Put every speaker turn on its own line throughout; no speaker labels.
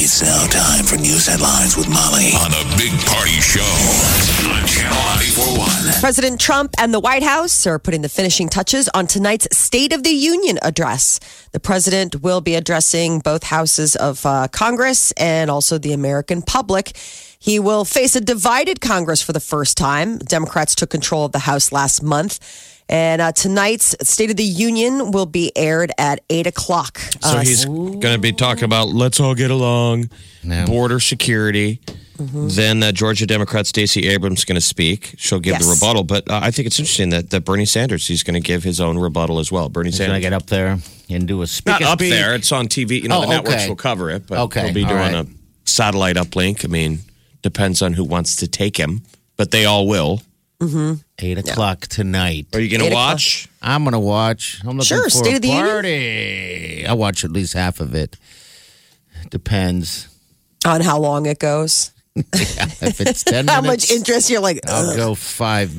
It's now time for news headlines with Molly on a big party show on Channel 941.
President Trump and the White House are putting the finishing touches on tonight's State of the Union address. The president will be addressing both houses of uh, Congress and also the American public. He will face a divided Congress for the first time. Democrats took control of the House last month. And uh, tonight's State of the Union will be aired at 8 o'clock. Uh,
So he's going to be talking about let's all get along, border security.
Mm-hmm.
Then uh, Georgia Democrat Stacey Abrams going to speak. She'll give the
Yes.
rebuttal, but uh, I think it's interesting that, that Bernie Sanders he's going to give his own rebuttal as well. Bernie
Can I
Sanders
get up there and do a speak?
not
and
up
speak?
there. It's on TV. You know
Oh,
the networks
okay.
will cover it, but
Okay,
he'll be
all
doing
right.
a satellite uplink. I mean, depends on who wants to take him, but they all will.
Eight o'clock tonight.
Are you going
Eight
to
o'clock.
watch?
I'm gonna watch. I'm looking
Sure,
for
State
a
of the Union.
party. I watch at least half of it. Depends
On how long it goes,
if it's ten
how
minutes.
much interest you're like,
I'll
ugh.
go five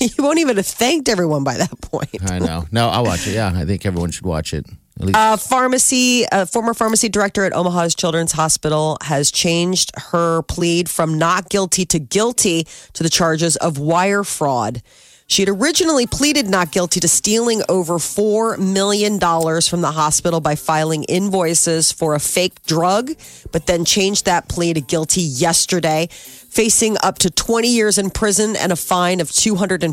you won't even have thanked everyone by that point.
I know. No, I'll watch it. Yeah, I think everyone should watch it. At
Uh,
least
A Uh, pharmacy, a former pharmacy director at Omaha's Children's Hospital, has changed her plead from not guilty to guilty to the charges of wire fraud. She had originally pleaded not guilty to stealing over $4 million from the hospital by filing invoices for a fake drug, but then changed that plea to guilty yesterday, facing up to 20 years in prison and a fine of $250,000.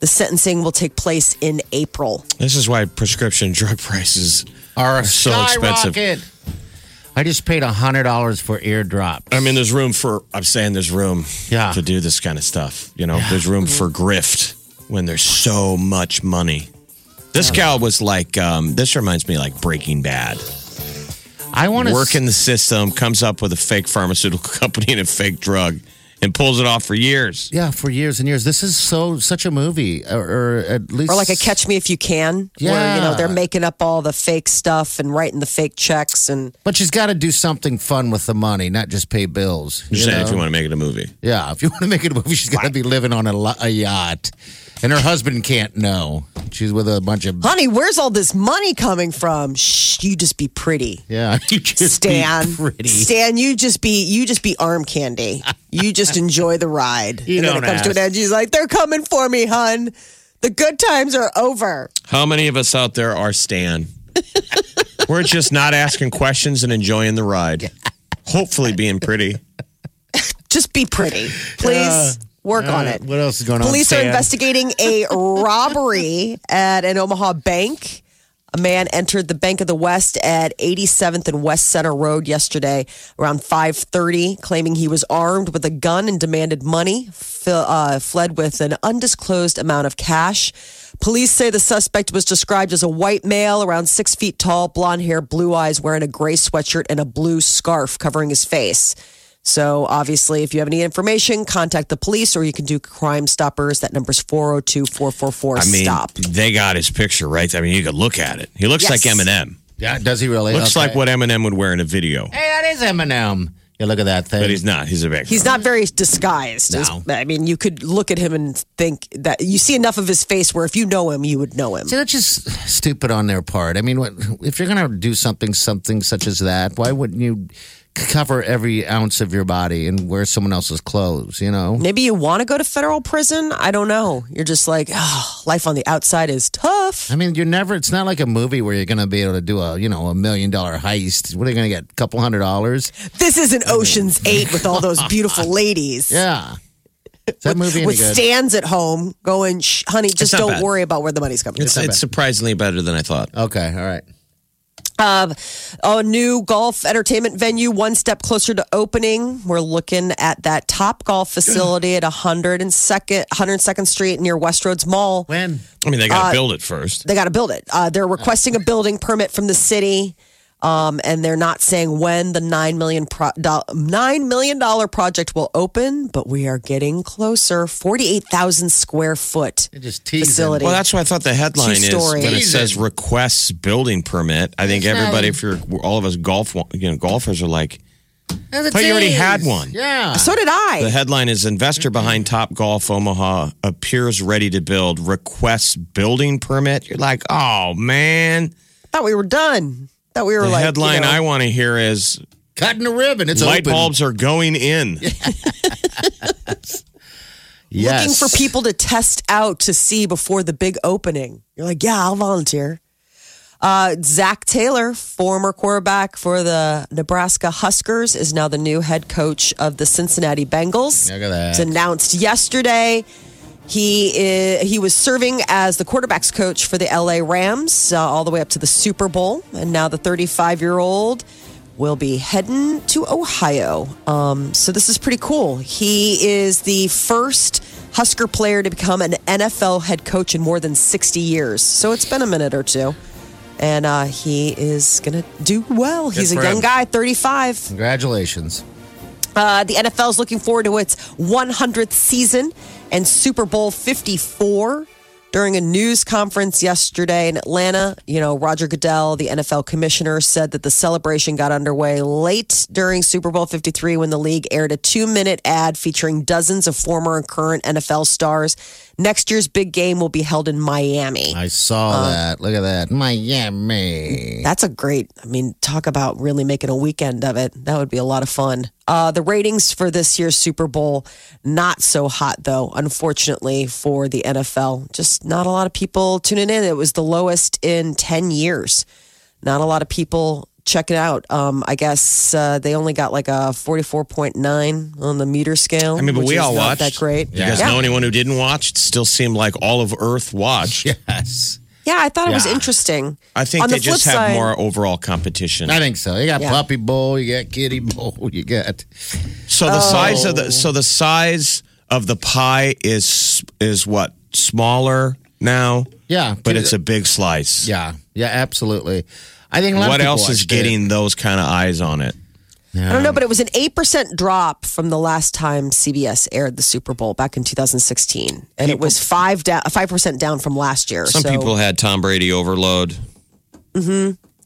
The sentencing will take place in April.
This is why prescription drug prices.
are
so
skyrocket. I just paid hundred dollars for eardrops.
I mean, there's room for. I'm saying there's room
Yeah.
to do this kind of stuff. You know, there's room for grift when there's so much money. This gal was like, um, this reminds me like Breaking Bad.
I want to
Work in the system, comes up with a fake pharmaceutical company and a fake drug, and pulls it off for years.
Yeah, for years and years. This is so such a movie, or, or at least,
or like a catch me if you can where you know
Yeah.
they're making up all the fake stuff and writing the fake checks and
But she's got to do something fun with the money, not just pay bills.
You're
you
saying
know?
if you want to make it a movie.
yeah, if you want to make it a movie, she's got to be living on a, lo- a yacht, and her husband can't know. She's with a bunch of
honey where's all this money coming from shh you just be pretty
yeah. You just
stan
be pretty.
stan you just be you just be arm candy you just enjoy the ride
You
and then it
don't
comes to an
ask.
end she's like they're coming for me hun the good times are over
How many of us out there are Stan? We're just not asking questions and enjoying the ride. Hopefully, being pretty.
just be pretty please work on it
Uh, What else is going on?
Police are
Stan?
investigating a robbery at an Omaha bank. A man entered the Bank of the West at 87th and West Center Road yesterday around 5:30, claiming he was armed with a gun and demanded money. F- uh, fled with an undisclosed amount of cash. Police say the suspect was described as a white male, around six feet tall, blonde hair, blue eyes, wearing a gray sweatshirt and a blue scarf covering his face. So obviously, if you have any information, contact the police or you can do Crime Stoppers. That number's 402 444
I mean,
STOP.
they got his picture right. I mean, you could look at it. He looks
Yes.
like Eminem.
Yeah, does he really?
Looks
Okay.
like what Eminem would wear in a video,
Hey, that is Eminem. Yeah, look at that thing.
but he's not. He's a bank.
He's not very disguised.
No.
It's- I mean, you could look at him and think that you see enough of his face where if you know him, you would know him.
See, that's just stupid on their part. I mean, what, if you're going to do something, something such as that, why wouldn't you c- cover every ounce of your body and wear someone else's clothes? You know,
Maybe you want to go to federal prison. I don't know. You're just like, oh, life on the outside is tough.
I mean, you're never. It's not like a movie where you're going to be able to do a you know a million dollar heist. What are you going to get? A couple hundred dollars?
This isn't Ocean's Eight with all those beautiful ladies.
Yeah. Is that movie any
With
good?
stands at home going, Shh, honey, just
not
don't
bad.
worry about where the money's coming
It's,
from.
it's surprisingly better than I thought.
okay, all right.
Uh, a new golf entertainment venue, one step closer to opening. We're looking at that top golf facility at 102nd, 102nd Street near Westroads Mall.
When?
I mean, they got to build it
Uh,
first.
They got to build it. Uh, they're requesting a building permit from the city. Um, and they're not saying when the nine million pro- do- nine million dollar project will open, but we are getting closer. Forty eight thousand square foot
They're just teasing.
facility.
Well, that's why I thought the headline is
Two-story.
when it says
Teasing.
requests building permit. I think
It's not
everybody,
even-
if you're all of us golf, you know, golfers are like, But you already had one.
Yeah.
so did
the
I.
headline is investor behind Top Golf Omaha appears ready to build, requests building permit. You're like, oh man.
Thought we were done. Thought we were
The
like
headline
You know,
I want to hear is
Cutting the ribbon. It's
light
open.
bulbs are going in.
Yes.
looking for people to test out to see before the big opening. You're like, yeah, I'll volunteer. Uh, Zach Taylor, former quarterback for the Nebraska Huskers, is now the new head coach of the Cincinnati Bengals.
Look at that.
It's announced yesterday. He is, he was serving as the quarterbacks coach for the LA Rams uh, all the way up to the Super Bowl, and now the 35 year old will be heading to Ohio. Um, so this is pretty cool. He is the first Husker player to become an NFL head coach in more than 60 years. So it's been a minute or two, and uh, he is gonna do well. He's a
for
young
him.
guy, 35.
Congratulations.
Uh, the NFL is looking forward to its 100th season and Super Bowl 54 during a news conference yesterday in Atlanta. You know, Roger Goodell, the NFL commissioner, said that the celebration got underway late during Super Bowl 53 when the league aired a two minute ad featuring dozens of former and current NFL stars. Next year's big game will be held in Miami.
I
Uh,
saw that. Look at that. Miami.
That's a great, I mean, talk about really making a weekend of it. That would be a lot of fun. Uh, the ratings for this year's Super Bowl, not so hot though, unfortunately, for the NFL. Just not a lot of people tuning in. It was the lowest in 10 years. Not a lot of people check it out. Um, I guess uh, they only got like a 44.9 on the meter scale.
I mean, but
which
we
is
all
not
watched.
that great.
You guys
yeah.
know anyone who didn't watch? It still seemed like all of Earth watched.
Yes.
Yeah, I thought it was
Yeah.
interesting.
I think
On
they
the
just
flip
have
side-
more overall competition.
I think so. You got
Yeah.
puppy bowl, you got kitty bowl, you got
So the size
Oh.
of the so the size of the pie is is what smaller now.
Yeah,
but
dude,
it's a big slice.
yeah, yeah, absolutely. I think a lot of
What
people
else is
watched it.
getting those kind of eyes on it?
I don't know, but it was an 8% drop from the last time CBS aired the Super Bowl back in 2016. And it was 5 down, 5% down from last year.
Some
so
people had Tom Brady overload.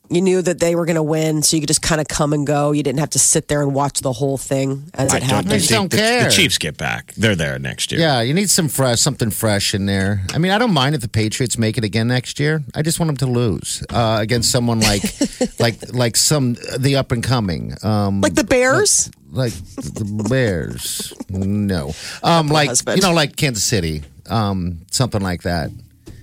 you knew that they were going to win, so you could just kind of come and go. You didn't have to sit there and watch the whole thing as it happened.
think- They don't
the,
care.
the Chiefs get back. They're there next year.
Yeah, you need some fresh, something fresh in there. I mean, I don't mind if the Patriots make it again next year. I just want them to lose uh, against someone like, like, like some the up and coming, um,
like the Bears?
like the Bears. No, um, like
husband.
you know, like Kansas City, um, something like that.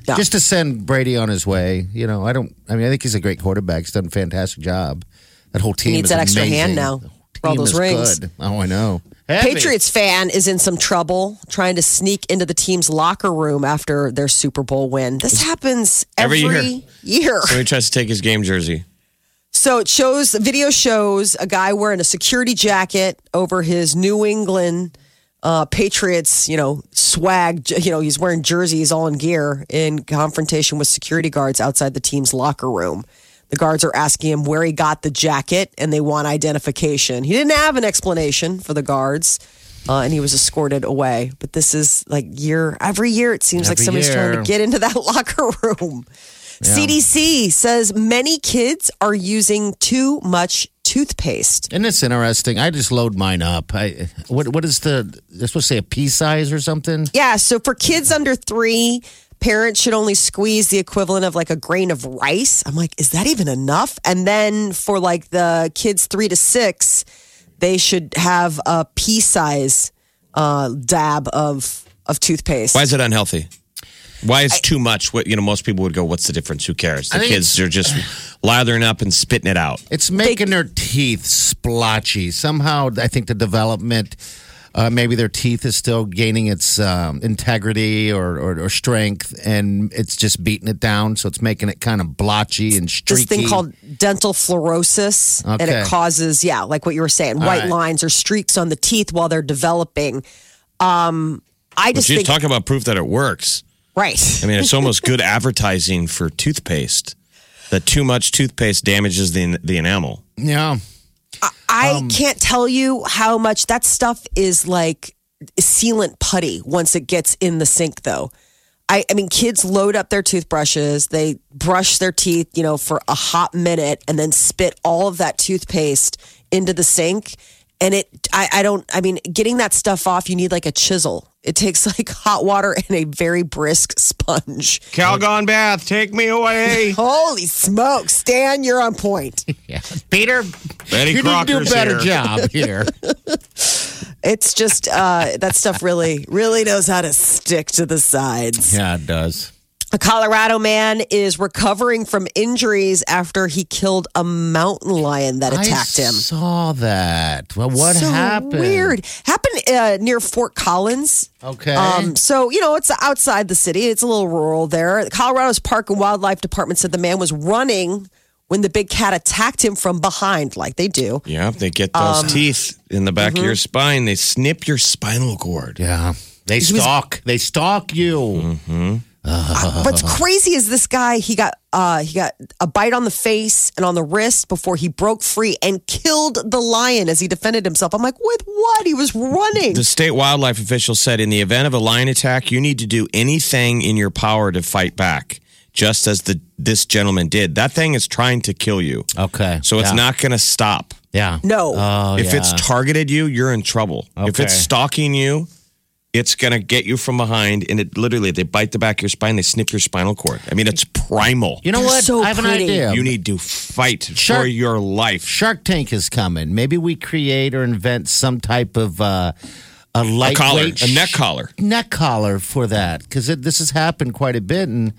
Yeah.
Just to send Brady on his way. You know, I don't. I mean, I think he's a great quarterback. He's done a fantastic job. That whole team
needs
is
that extra hand
amazing.
now
The whole
for all
team
those
is
rings.
good. Oh, I know. Heavy.
Patriots fan is in some trouble trying to sneak into the team's locker room after their Super Bowl win. This happens
Every
every,
year.
year.
So he tries to take his game jersey.
So it shows the video shows a guy wearing a security jacket over his New England uh, Patriots, you know, swag. You know, he's wearing jerseys, all in gear, in confrontation with security guards outside the team's locker room. The guards are asking him where he got the jacket, and they want identification. He didn't have an explanation for the guards, uh, and he was escorted away. But this is like year every year. It seems like
Every
somebody's trying to
year.
get into that locker room. CDC says many kids are using too much toothpaste.
Isn't this interesting? I just load mine up. I what what is the they're supposed to say a pea size or something?
Yeah, so for kids under three, parents should only squeeze the equivalent of like a grain of rice. I'm like, is that even enough? And then for like the kids three to six, they should have a pea size uh, dab of of toothpaste.
Why is it unhealthy? Why is too much? What you know, most people would go, "What's the difference? Who cares?" The
I think
kids are just lathering up and spitting it out.
It's making their teeth splotchy. Somehow, I think the development, uh, maybe their teeth is still gaining its um, integrity or, or, or strength, and it's just beating it down. So it's making it kind of blotchy and
this
streaky.
thing called dental fluorosis and
Okay.
it causes yeah like what you were saying white
right.
lines or streaks on the teeth while they're developing um i
But
just
she's
think
talking about proof that it works.
right
I mean, it's almost good advertising for toothpaste. that too much toothpaste damages the the enamel.
Yeah.
I can't tell you how much that stuff is like sealant putty once it gets in the sink, though. I, I mean, kids load up their toothbrushes, they brush their teeth, you know, for a hot minute and then spit all of that toothpaste into the sink. And it, I, I don't, I mean, getting that stuff off, you need like a chisel. It takes like hot water and a very brisk sponge.
Calgon bath, take me away.
Holy smoke, Stan, you're on point.
Yeah. Peter,
Betty
you need to do a
Crocker's here.
better job here.
It's just uh, that stuff really, really knows how to stick to the sides.
yeah, it does.
A Colorado man is recovering from injuries after he killed a mountain lion that attacked
I
him.
saw that. Well, what
so
happened?
Weird. Happened uh, near Fort Collins.
Okay.
Um, so, you know, it's outside the city. It's a little rural there. Colorado's Park and Wildlife Department said the man was running when the big cat attacked him from behind, like they do.
Yeah, they get
Um,
those teeth in the back of your
mm-hmm.
spine. They snip your spinal cord.
yeah. Mm-hmm. They stalk. they stalk you.
What's
Uh-huh.
crazy is this guy. He got uh, he got a bite on the face and on the wrist before he broke free and killed the lion as he defended himself. I'm like, with what? He was running.
The state wildlife official said in the event of a lion attack, you need to do anything in your power to fight back, just as the this gentleman did. That thing is trying to kill you.
Okay.
So it's
Yeah.
not going to stop.
Yeah.
no,
Oh,
if it's
yeah.
targeted you, you're in trouble. If
Okay.
it's stalking you, it's going to get you from behind. And it literally, they bite the back of your spine, they snip your spinal cord. I mean, it's primal.
you know
They're
what?
so
I have
pretty.
an idea.
You need to fight for
Sure.
your life.
Shark Tank is coming. Maybe we create or invent some type of uh, a
A collar,
lightweight
a neck
sh-
collar.
neck collar for that because this has happened quite a bit. And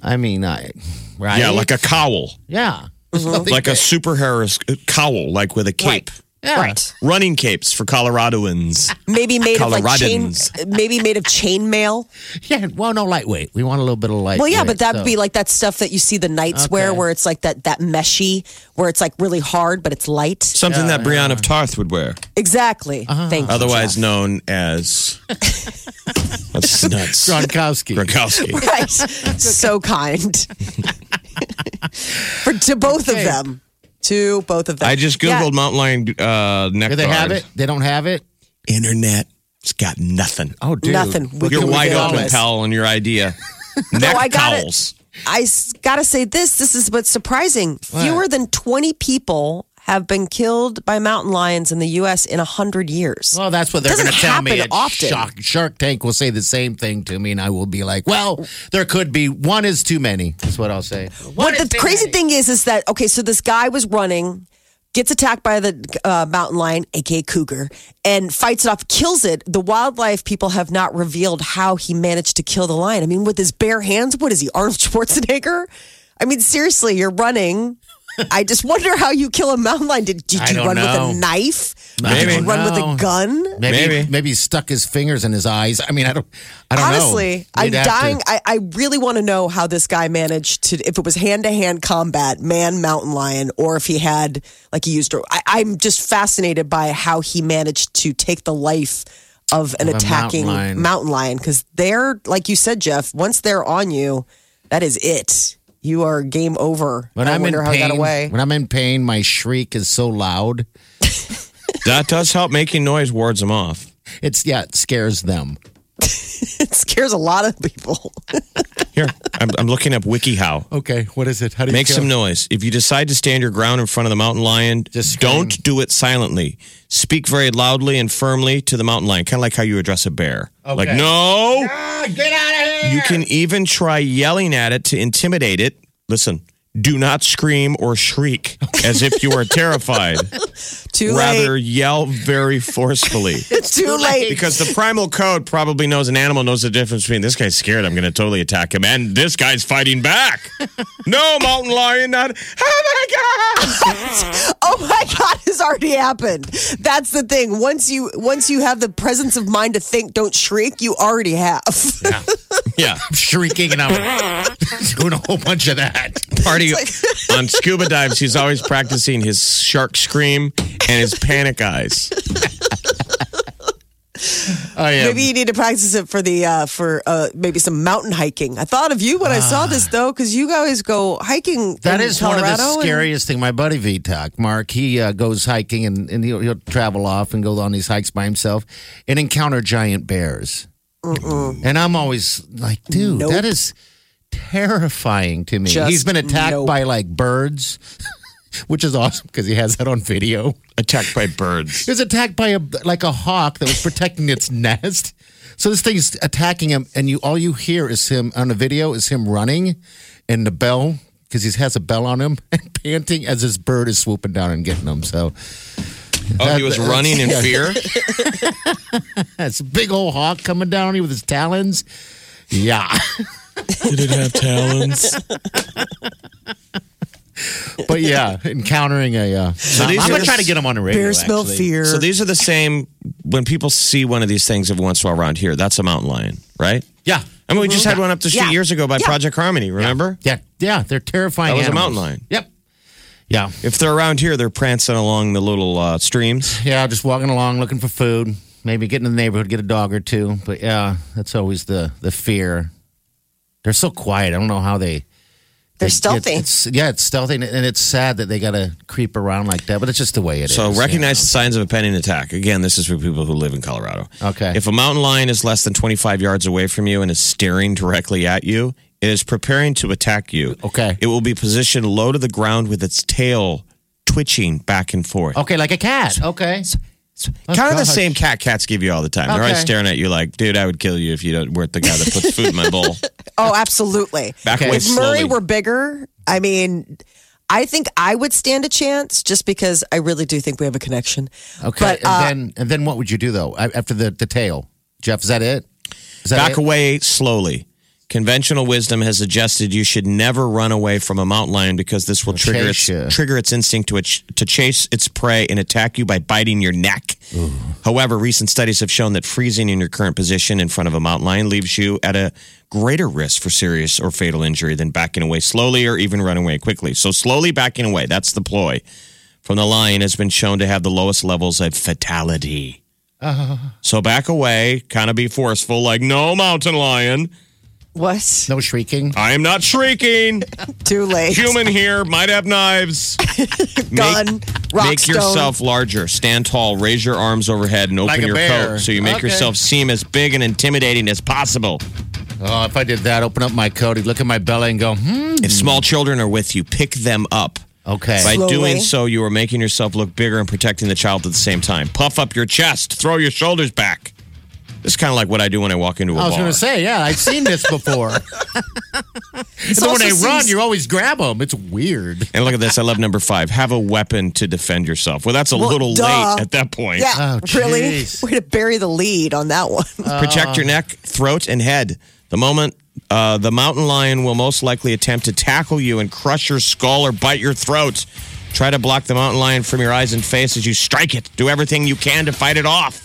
I mean, I right?
Yeah, like a cowl,
yeah,
Mm-hmm.
like a superhero's cowl, like with a cape.
yeah.
right?
Running capes for Coloradoans.
Maybe made of like chain.
Coloradans.
Maybe made of chain mail.
Yeah, well, no lightweight. We want a little bit of lightweight.
Well, yeah, but that'd
so-
be like that stuff that you see the knights wear,
Okay.
where it's like that that meshy, where it's like really hard but it's light.
Something that Brienne of Tarth would wear,
Exactly.
Uh-huh.
Thank you.
otherwise
Jeff.
known as. That's nuts.
Gronkowski.
Gronkowski.
Right. so kind. For to both
Okay.
of them. To both of them.
I just
Yeah.
googled mountain lion uh, neck.
Do they have
guard.
it? They don't have it.
Internet, it's got nothing.
Oh, dude.
Nothing. We
You're
can
wide
reveal
open,
this.
pal, on your idea. neck
Oh, I got it.
cowls.
I s- gotta say this. This is what's surprising. Fewer than 20 people have been killed by mountain lions in the U.S. in 100 years.
Well, that's what they're
Doesn't
going to tell me.
happen
at
often.
Shark, Shark Tank will say the same thing to me, and I will be like,
Oh.
"Well, there could be one is too many." That's what I'll say. One
But
is
the
too
crazy
many.
thing is, is that okay? So this guy was running, gets attacked by the uh, mountain lion, aka cougar, and fights it off, kills it. The wildlife people have not revealed how he managed to kill the lion. I mean, with his bare hands, what is he, Arnold Schwarzenegger? I mean, seriously, you're running. I just wonder how you kill a mountain lion. Did, did
I
you
don't
run
know.
with a knife?
Maybe.
Did you run with a
No.
gun?
Maybe,
Maybe.
maybe he stuck his fingers in his eyes. I mean, I don't. I don't
Honestly,
know.
I'm
You'd have to-
dying. I, I really want to know how this guy managed to, if it was hand to hand combat, man, mountain lion, or if he had, like he used, I, I'm just fascinated by how he managed to take the life of an
Of a
attacking
mountain lion.
mountain lion. Because they're, like you said, Jeff, once they're on you, that is it. You are game over.
When
I
I'm
wonder
in
how
pain,
he got away.
when I'm in pain, my shriek is so loud.
That does help. Making noise wards them off.
It's yeah, it scares them.
It scares a lot of people.
Here, I'm, I'm looking up WikiHow.
Okay, what is it? How do
Make some noise. If you decide to stand your ground in front of the mountain lion,
Just scream.
don't do it silently. Speak very loudly and firmly to the mountain lion, kind of like how you address a bear. Like, no.
Ah, Get out of here!
You can even try yelling at it to intimidate it. Listen, do not scream or shriek as if you are terrified.
Too
Rather,
late.
yell very forcefully.
It's too late.
Because the primal code probably knows an animal knows the difference between this guy's scared, I'm going to totally attack him, and this guy's fighting back. no, mountain lion, not. Oh my God!
oh my god it's already happened that's the thing once you once you have the presence of mind to think don't shriek you already have
Yeah.
Shrieking and I'm doing a whole bunch of that.
Party on scuba dives, he's always practicing his shark scream and his panic eyes.
I am.
Maybe you need to practice it for the uh, for uh, maybe some mountain hiking. I thought of you when I saw this though, because you guys go hiking.
Ah. That
in
is
Colorado
one of the
and-
scariest thing. My buddy Vitak, Mark, he uh, goes hiking and, and he'll, he'll travel off and go on these hikes by himself and encounter giant bears. And I'm always like, dude,
Nope.
that is terrifying to me.
Just
He's been attacked
nope.
by like birds, which is awesome because he has that on video.
Attacked by birds.
He was attacked by a like a hawk that was protecting its nest. So this thing's attacking him, and you all you hear is him on the video is him running, and the bell because he has a bell on him and panting as this bird is swooping down and getting him. So
Oh, he was
That-
running in fear.
that's a big old hawk coming down here with his talons. Yeah,
Did it have talons?
but yeah, encountering a. Uh,
these
I'm
are
gonna
the
try to get him on the radio.
Bears smell
actually.
fear.
So these are the same. When people see one of these things every once in a while around here, that's a mountain lion, right?
Yeah,
I mean, we just had one up the street
Yeah.
years ago by Project Harmony. Remember?
yeah, yeah. They're terrifying.
That was a
animals.
mountain lion.
Yep. Yeah,
If they're around here, they're prancing along the little uh, streams.
Yeah, just walking along looking for food. Maybe get in the neighborhood, get a dog or two. But yeah, that's always the the fear. They're so quiet. I don't know how they.
They're
they-
stealthy.
it's, yeah, it's stealthy, and and it's sad that they got to creep around like that. But it's just the way it is.
So recognize the
you
signs of a pending attack. Again, this is for people who live in Colorado.
Okay.
If a mountain lion is less than 25 yards away from you and is staring directly at you, it is preparing to attack you.
Okay.
It will be positioned low to the ground with its tail twitching back and forth.
know? Okay, like a cat. Okay.
kind of the
Oh, gosh.
same cat cats give you all the time. They're always
Okay.
staring at you like, dude, I would kill you if you don't, weren't the guy that puts food in my bowl.
Oh, absolutely.
Back
Okay.
away
if Murray
slowly.
were bigger, I mean, I think I would stand a chance just because I really do think we have a connection.
Okay.
But,
and
uh,
then and then what would you do though a- after the the tail? Jeff, is that it? Is that
Back
it?
away slowly. Conventional wisdom has suggested you should never run away from a mountain lion because this will trigger its,
chase ya.
trigger its instinct to, ach- to chase its prey and attack you by biting your neck. However, recent studies have shown that freezing in your current position in front of a mountain lion leaves you at a greater risk for serious or fatal injury than backing away slowly or even running away quickly. So, slowly backing away, that's the ploy from the lion has been shown to have the lowest levels of fatality.
Uh-huh.
So back away, kind of be forceful, like, no, mountain lion,
What?
No shrieking.
I am not shrieking.
Too late.
Human here might have knives.
Gun. rock
make
stone.
yourself larger. Stand tall. Raise your arms overhead and open
Like a
your
bear.
coat so you make
Okay.
yourself seem as big and intimidating as possible.
Oh, if I did that, open up my coat, he'd look at my belly and go, hmm.
If small children are with you, pick them up.
Okay.
By
Mm. Slowly.
doing so, you are making yourself look bigger and protecting the child at the same time. Puff up your chest. Throw your shoulders back. This is kind of like what I do when I walk into a
I was
bar.
going to say, yeah, I've seen this before. and then when
also
they run,
seems-
you always grab them. It's weird.
And look at this. I love number five. Have a weapon to defend yourself. Well, that's a
Well,
little
duh.
late at that point.
Yeah,
Oh,
really?
jeez.
Way to bury the lead on that one.
Protect your
Um,
neck, throat, and head. The moment uh, the mountain lion will most likely attempt to tackle you and crush your skull or bite your throat. Try to block the mountain lion from your eyes and face as you strike it. Do everything you can to fight it off.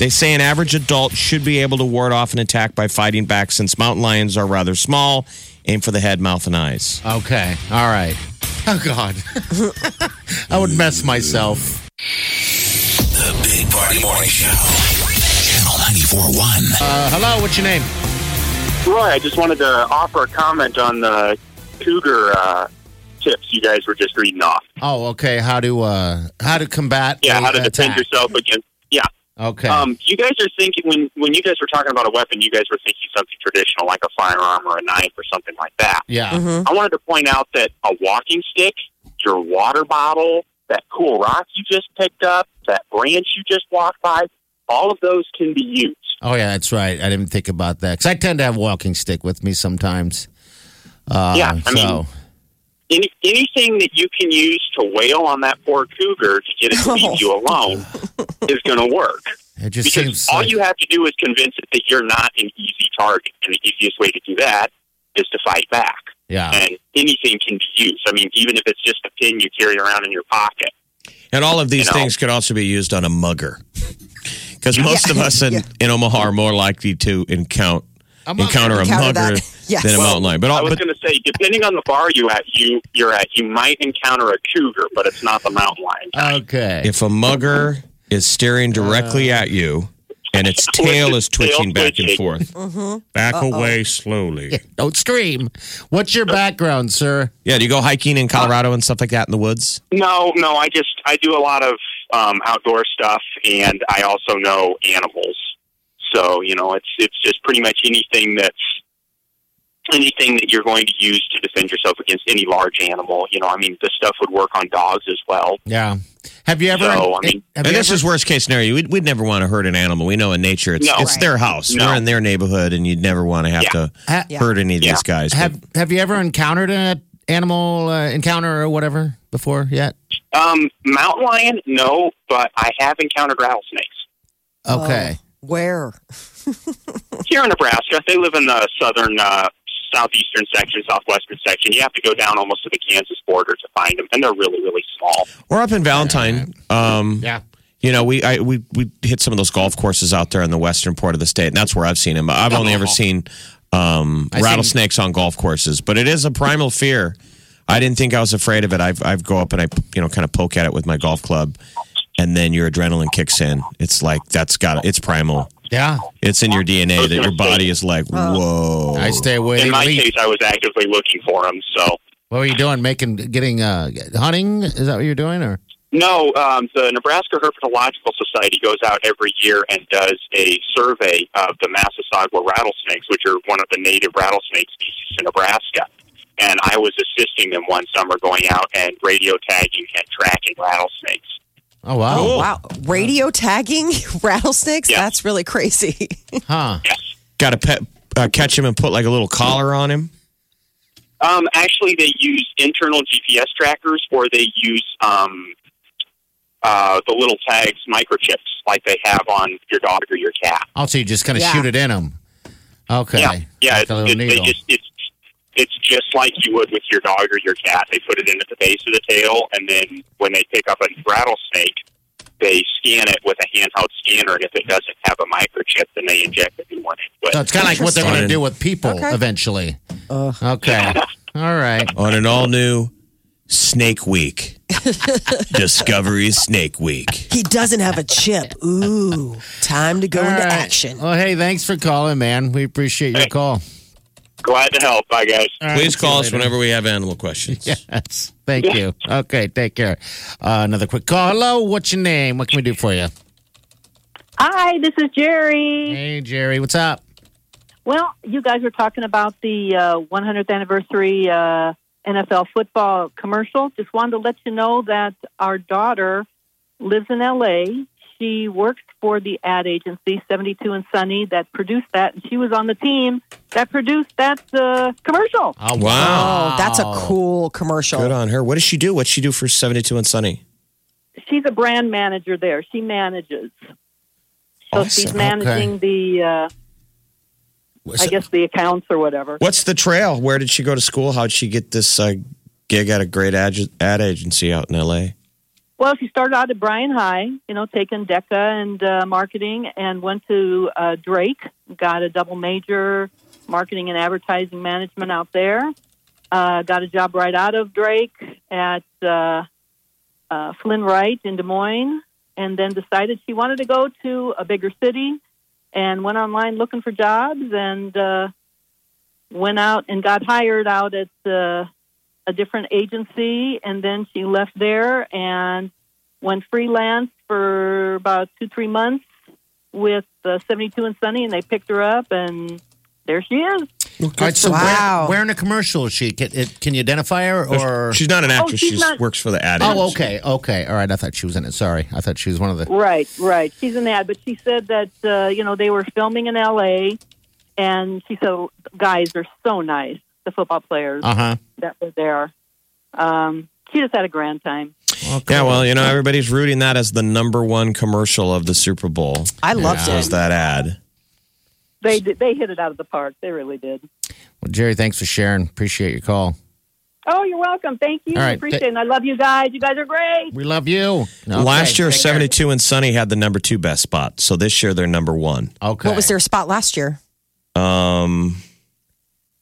They say an average adult should be able to ward off an attack by fighting back since mountain lions are rather small. Aim for the head, mouth, and eyes.
Okay. All right. Oh, God. I would mess myself.
The Big Party Morning Show. Channel 94.1.
Uh, hello, what's your name?
Roy, I just wanted to offer a comment on the cougar uh, tips you guys were just reading off.
Oh, okay. How to uh, how to combat?
Yeah,
a
how to defend
attack.
yourself against. Yeah,
Okay.
um, you guys are thinking when when you guys were talking about a weapon, you guys were thinking something traditional like a firearm or a knife or something like that.
yeah.
I wanted to point out that a walking stick, your water bottle, that cool rock you just picked up, that branch you just walked by, all of those can be used.
Oh, yeah. That's right. I didn't think about that because I tend to have a walking stick with me sometimes. Uh,
Yeah, I
so
mean- Any, anything that you can use to wail on that poor cougar to get it to leave you alone is going to work.
Oh. it just
Because
seems
all
like-
you have to do is convince it that you're not an easy target. And the easiest way to do that is to fight back.
yeah.
And anything can be used. I mean, even if it's just a pin you carry around in your pocket.
And all of these
You know?
things could also be used on a mugger. Because most of us in, in Omaha are more likely to encounter,
A mugger.
encounter a
Encounter
mugger
that. Yes.
than a
Well,
mountain lion. But,
I
all,
was
but
going to say, depending on the bar you at, you you're at, you might encounter a cougar, but it's not the mountain lion.
Okay. Uh.
if a mugger is staring directly at you and its tail is twitching back and
twitching.
forth.
Mm-hmm.
Back away slowly. Yeah.
Don't scream. What's your background, sir?
do you go hiking in Colorado and stuff like that in the woods?
No, no, I just I do a lot of um, outdoor stuff, and I also know animals. So you know, it's it's just pretty much anything that's anything that you're going to use to defend yourself against any large animal. You know, I mean, this stuff would work on dogs as well.
Yeah. Have you ever?
No, I mean-
and
have you
this
ever-
is worst case scenario. We'd, we'd never want to hurt an animal. We know in nature it's,
No.
it's their house.
No.
We're in their neighborhood, and you'd never want to have
Yeah.
to
Ha-
hurt any of
Yeah.
these guys. but-
Have Have you ever encountered an animal uh, encounter or whatever before yet?
Um, mountain lion, no, but I have encountered rattlesnakes
Okay.
Where?
here in Nebraska. They live in the southern, uh, southeastern section, southwestern section. You have to go down almost to the Kansas border to find them, and they're really, really small.
We're up in Valentine. Um,
Yeah.
You know, we, I, we we hit some of those golf courses out there in the western part of the state, and that's where I've seen them. I've only ever seen um,
seen-
rattlesnakes on golf courses, but it is a primal fear. I didn't think I was afraid of it. I've I've go up and I you know kind of poke at it with my golf club, and then your adrenaline kicks in. It's like that's got it's primal.
Yeah.
It's in your DNA that your body is like whoa.
I stay away.
Oh. In my
Lee,
case, I was actively looking for them. So
What were you doing? Making, getting, uh, hunting? Is that what you're doing? Or
no, um, the Nebraska Herpetological Society goes out every year and does a survey of the Massasauga rattlesnakes, which are one of the native rattlesnake species in Nebraska. And I was assisting them one summer going out and radio tagging and tracking rattlesnakes.
oh wow,
Wow. Radio tagging rattlesnakes?
Yeah.
That's really crazy.
huh?
Got to pet, uh, catch him and put like a little collar on him.
Um, actually, they use internal GPS trackers, or they use um, uh, the little tags, microchips, like they have on your dog or your cat.
Oh, so you just kind of
Yeah.
shoot it in them? Okay.
Yeah, yeah.
Like
It's,
a little
it's, they
needle.
just, it's it's just like you would with your dog or your cat. They put it in at the base of the tail, and then when they pick up a rattlesnake, they scan it with a handheld scanner. And if it doesn't have a microchip, then they inject a new one into
so
it.
it's kind of like what they're going to
Interesting.
do with people
Okay.
eventually. Okay. All right.
on an all new Snake Week. Discovery Snake Week.
he doesn't have a chip. Ooh. Time to go
All
into
right.
Oh.
action.
Well, hey, thanks for calling, man. We appreciate your
Hey.
call.
Glad to help. Bye, guys.
All
Please
right, we'll see you
call us
later.
whenever we have animal questions.
Yes. Thank you. Okay. Take care. Uh, another quick call. Hello. What's your name? What can we do for you?
Hi, this is Jerry.
Hey, Jerry. What's up?
Well, you guys were talking about the uh, 100th anniversary uh, NFL football commercial. Just wanted to let you know that our daughter lives in LA. She works for the ad agency 72 and Sunny that produced that, and she was on the team that produced that uh, commercial.
Oh,
Wow.
Oh, that's a cool
Good
commercial.
on her. What does she do? What's she do for 72 and Sunny?
She's a brand manager there. She manages. So she's
Awesome.
managing the, uh, I guess, the accounts or whatever.
What's the trail? Where did she go to school? How'd she get this uh, gig at a great ad-, ad agency out in LA?
Well, she started out at Bryan High, you know, taking DECA and uh, marketing, and went to uh, Drake, got a double major, marketing and advertising management out there. Uh, got a job right out of Drake at uh, uh, Flynn Wright in Des Moines, and then decided she wanted to go to a bigger city and went online looking for jobs and uh, went out and got hired out at uh, a different agency and then she left there and went freelance for about two three months with uh, 72 and sunny and they picked her up and there she is
All right. So
Wow.
where, where in the commercial is she? Can, it, can you identify her or?
She's not an actress.
Oh, she's
she
not-
works for the ad agency.
Oh, okay, okay, all right. I thought she was in it. Sorry, I thought she was one of the.
right right she's an ad but she said that uh, you know they were filming in la and she said guys are so nice the football players
Uh huh.
that were there um, she just had a grand time
Yeah, well, you know, everybody's rooting that as the number one commercial of the Super Bowl.
I loved
There's
it.
that ad.
they did, they hit it out of the park they really did
Well, Jerry, thanks for sharing. Appreciate your call.
Oh, you're welcome. Thank you.
All right.
Appreciate it. I love you guys. You guys are great.
We love you.
Last year, 72 and Sunny had the number two best spot. So this year, they're number one.
Okay.
What was their spot last year?
Um,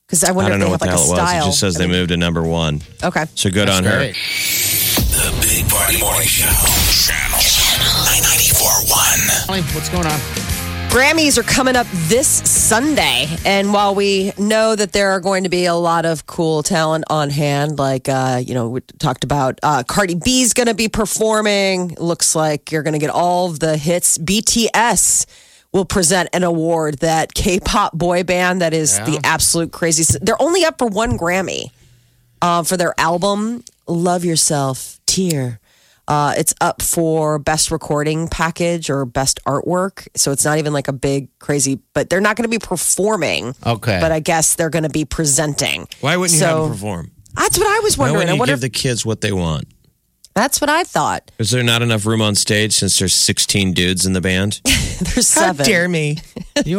Because I
I
wonder if
don't know
they
what
have
the
like a
hell it was. It
style.
just says
I
they
mean-
moved to number one.
Okay.
So good on her.
Great.
The Big Party Morning Show. Channel 941.
Molly, What's going on?
Grammys are coming up this Sunday. And while we know that there are going to be a lot of cool talent on hand, like, uh, you know, we talked about uh, Cardi B's going to be performing. Looks like you're going to get all of the hits. BTS will present an award that K pop boy band that is the absolute craziest. They're only up for one Grammy uh, for their album "Love Yourself Tear." Uh, it's up for best recording package or best artwork, so it's not even like a big crazy. But they're not going to be performing.
Okay.
but I guess they're going to be presenting.
Why wouldn't you have
so,
them perform?
That's what I was
Why
wondering.
wouldn't
I
you
wonder.
give the kids what they want?
if- that's what I thought.
Is there not enough room on stage since there's 16 dudes in the band?
There's seven.
me.
You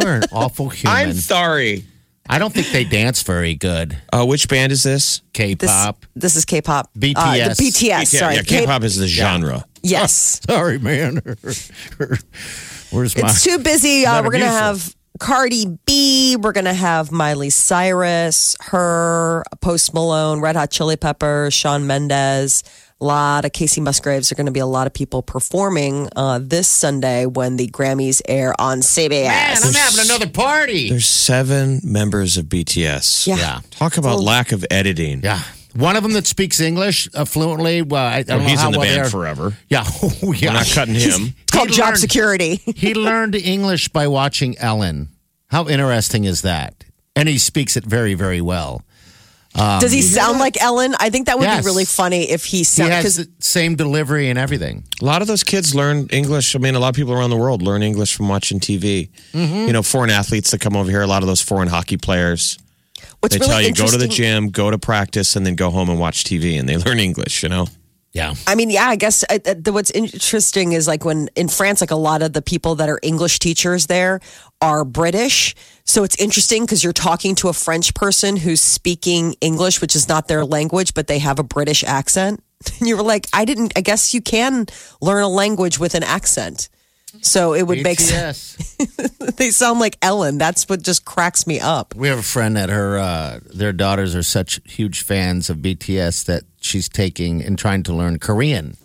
are an awful
I'm
human.
sorry.
I don't think they dance very good.
Uh, which band is this?
This,
K-pop.
this is K-pop. Uh,
BTS.
the BTS.
Yeah,
Sorry.
yeah, K-pop is the genre.
Yes.
Sorry, man. Where's my?
It's too busy. Uh,
Not
we're going to
abusive.
have Cardi B. We're going to have Miley Cyrus, her, Post Malone, Red Hot Chili Peppers, Sean Mendez. A lot of Casey Musgraves. There are going to be a lot of people performing uh, this Sunday when the Grammys air on CBS.
man, I'm having another party.
There's seven members of BTS.
yeah.
Yeah.
Talk about lack of editing.
Yeah, one of them that speaks English uh, fluently. Well, I, I don't
Well,
know
he's
how
in the
well they
band
are-
forever.
Yeah, oh, yeah.
We're not cutting him.
It's called
He
job
learned-
security.
he learned English by watching Ellen. How interesting is that? And he speaks it very, very well.
Does he sound like Ellen? I think that would
Yes.
be really funny if he
He
sounded.
has the same delivery and everything.
A lot of those kids learn English. I mean, a lot of people around the world learn English from watching TV.
Mm-hmm.
You know, foreign athletes that come over here, a lot of those foreign hockey players,
what's
they
really
tell you go to the
interesting-
gym, go to practice, and then go home and watch TV, and they learn English, you know?
Yeah.
I mean, yeah, I guess I, I- the, what's interesting is like when in France, like a lot of the people that are English teachers there are British. So it's interesting because you're talking to a French person who's speaking English, which is not their language, but they have a British accent. And you were like, I didn't, I guess you can learn a language with an accent. So it would make sense.
BTS.
They sound like Ellen. That's what just cracks me up.
We have a friend that her uh, their daughters are such huge fans of BTS that she's taking and trying to learn Korean.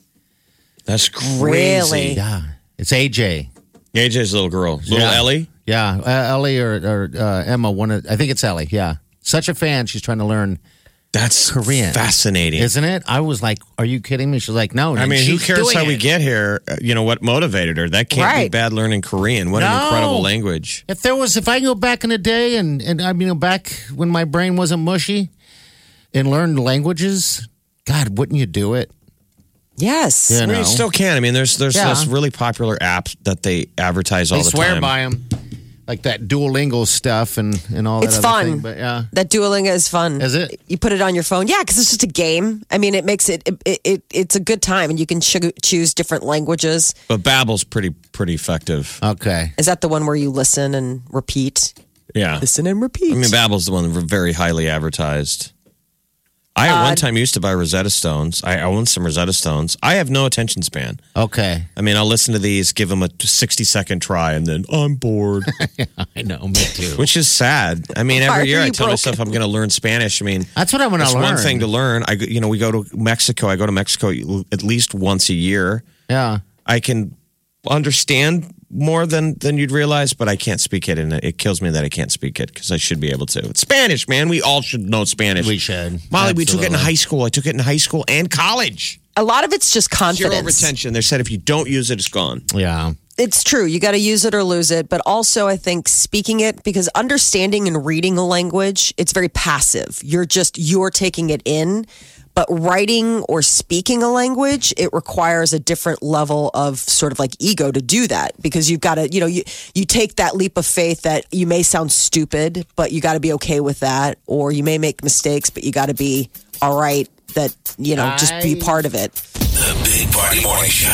That's crazy.
Really?
Yeah, it's AJ.
AJ's little girl, little
Yeah.
Ellie.
Yeah, uh, Ellie or, or uh, Emma. One, of, I think it's Ellie. Yeah, such a fan. She's trying to learn,
That's
Korean.
fascinating.
isn't it? I was like, "Are you kidding me?" She's like, "No."
I
and
mean, who
she's
cares
doing
how we
it.
get here? Uh, You know, what motivated her? That can't be
Right.
bad learning Korean. What an
No.
incredible language.
If there was, if I can go back in the day, and and I mean, back when my brain wasn't mushy, and learned languages, God, wouldn't you do it?
Yes.
You
I mean,
know,
you still can. I mean, there's there's
Yeah.
this really popular app that they advertise all
they
the
swear
time.
by them, like that Duolingo stuff and and all
It's
that.
fun.
other thing, but yeah,
That Duolingo is fun.
Is it?
You put it on your phone, yeah, because it's just a game. I mean, it makes it, it, it, it it's a good time, and you can choo- choose different languages.
But Babbel's pretty pretty effective.
okay.
Is that the one where you listen and repeat,
Yeah,
listen and repeat?
I mean, Babbel's the one that very highly advertised. I at one time used to buy Rosetta Stones. I I own some Rosetta Stones. I have no attention span.
Okay,
I mean, I'll listen to these, give them a 60 second try, and then I'm bored,
I know, me too.
which is sad. I mean,
Why
every
are
year I
you
tell
broken?
myself I'm going to learn Spanish. I mean,
That's what I want to
It's
learn.
one thing to learn. I, you know, we go to Mexico. I go to Mexico at least once a year.
yeah,
I can understand more than than you'd realize, but I can't speak it, and it kills me that I can't speak it because I should be able to. It's Spanish, man. We all should know Spanish.
We should.
Molly, we took it in
Absolutely.
high school. I took it in high school and college.
a lot of it's just confidence.
Zero retention. They said if you don't use it, it's gone.
yeah.
it's true. You got to use it or lose it. But also, I think speaking it because understanding and reading a language, it's very passive. You're just you're taking it in. But writing or speaking a language, it requires a different level of sort of like ego to do that because you've got to, you know, you you take that leap of faith that you may sound stupid, but you got to be okay with that, or you may make mistakes, but you got to be all right that you know just be part of it.
The Big Party Morning Show.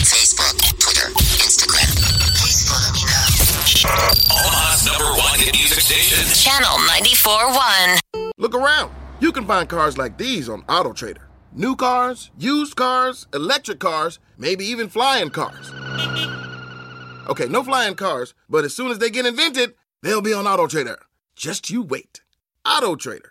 Facebook, Twitter, Instagram. Please follow me now.
Omaha's number one hit music station.
Channel 94.1.
Look around. You can find cars like these on AutoTrader. New cars, used cars, electric cars, maybe even flying cars. Okay, no flying cars, but as soon as they get invented, they'll be on AutoTrader. Just you wait. AutoTrader.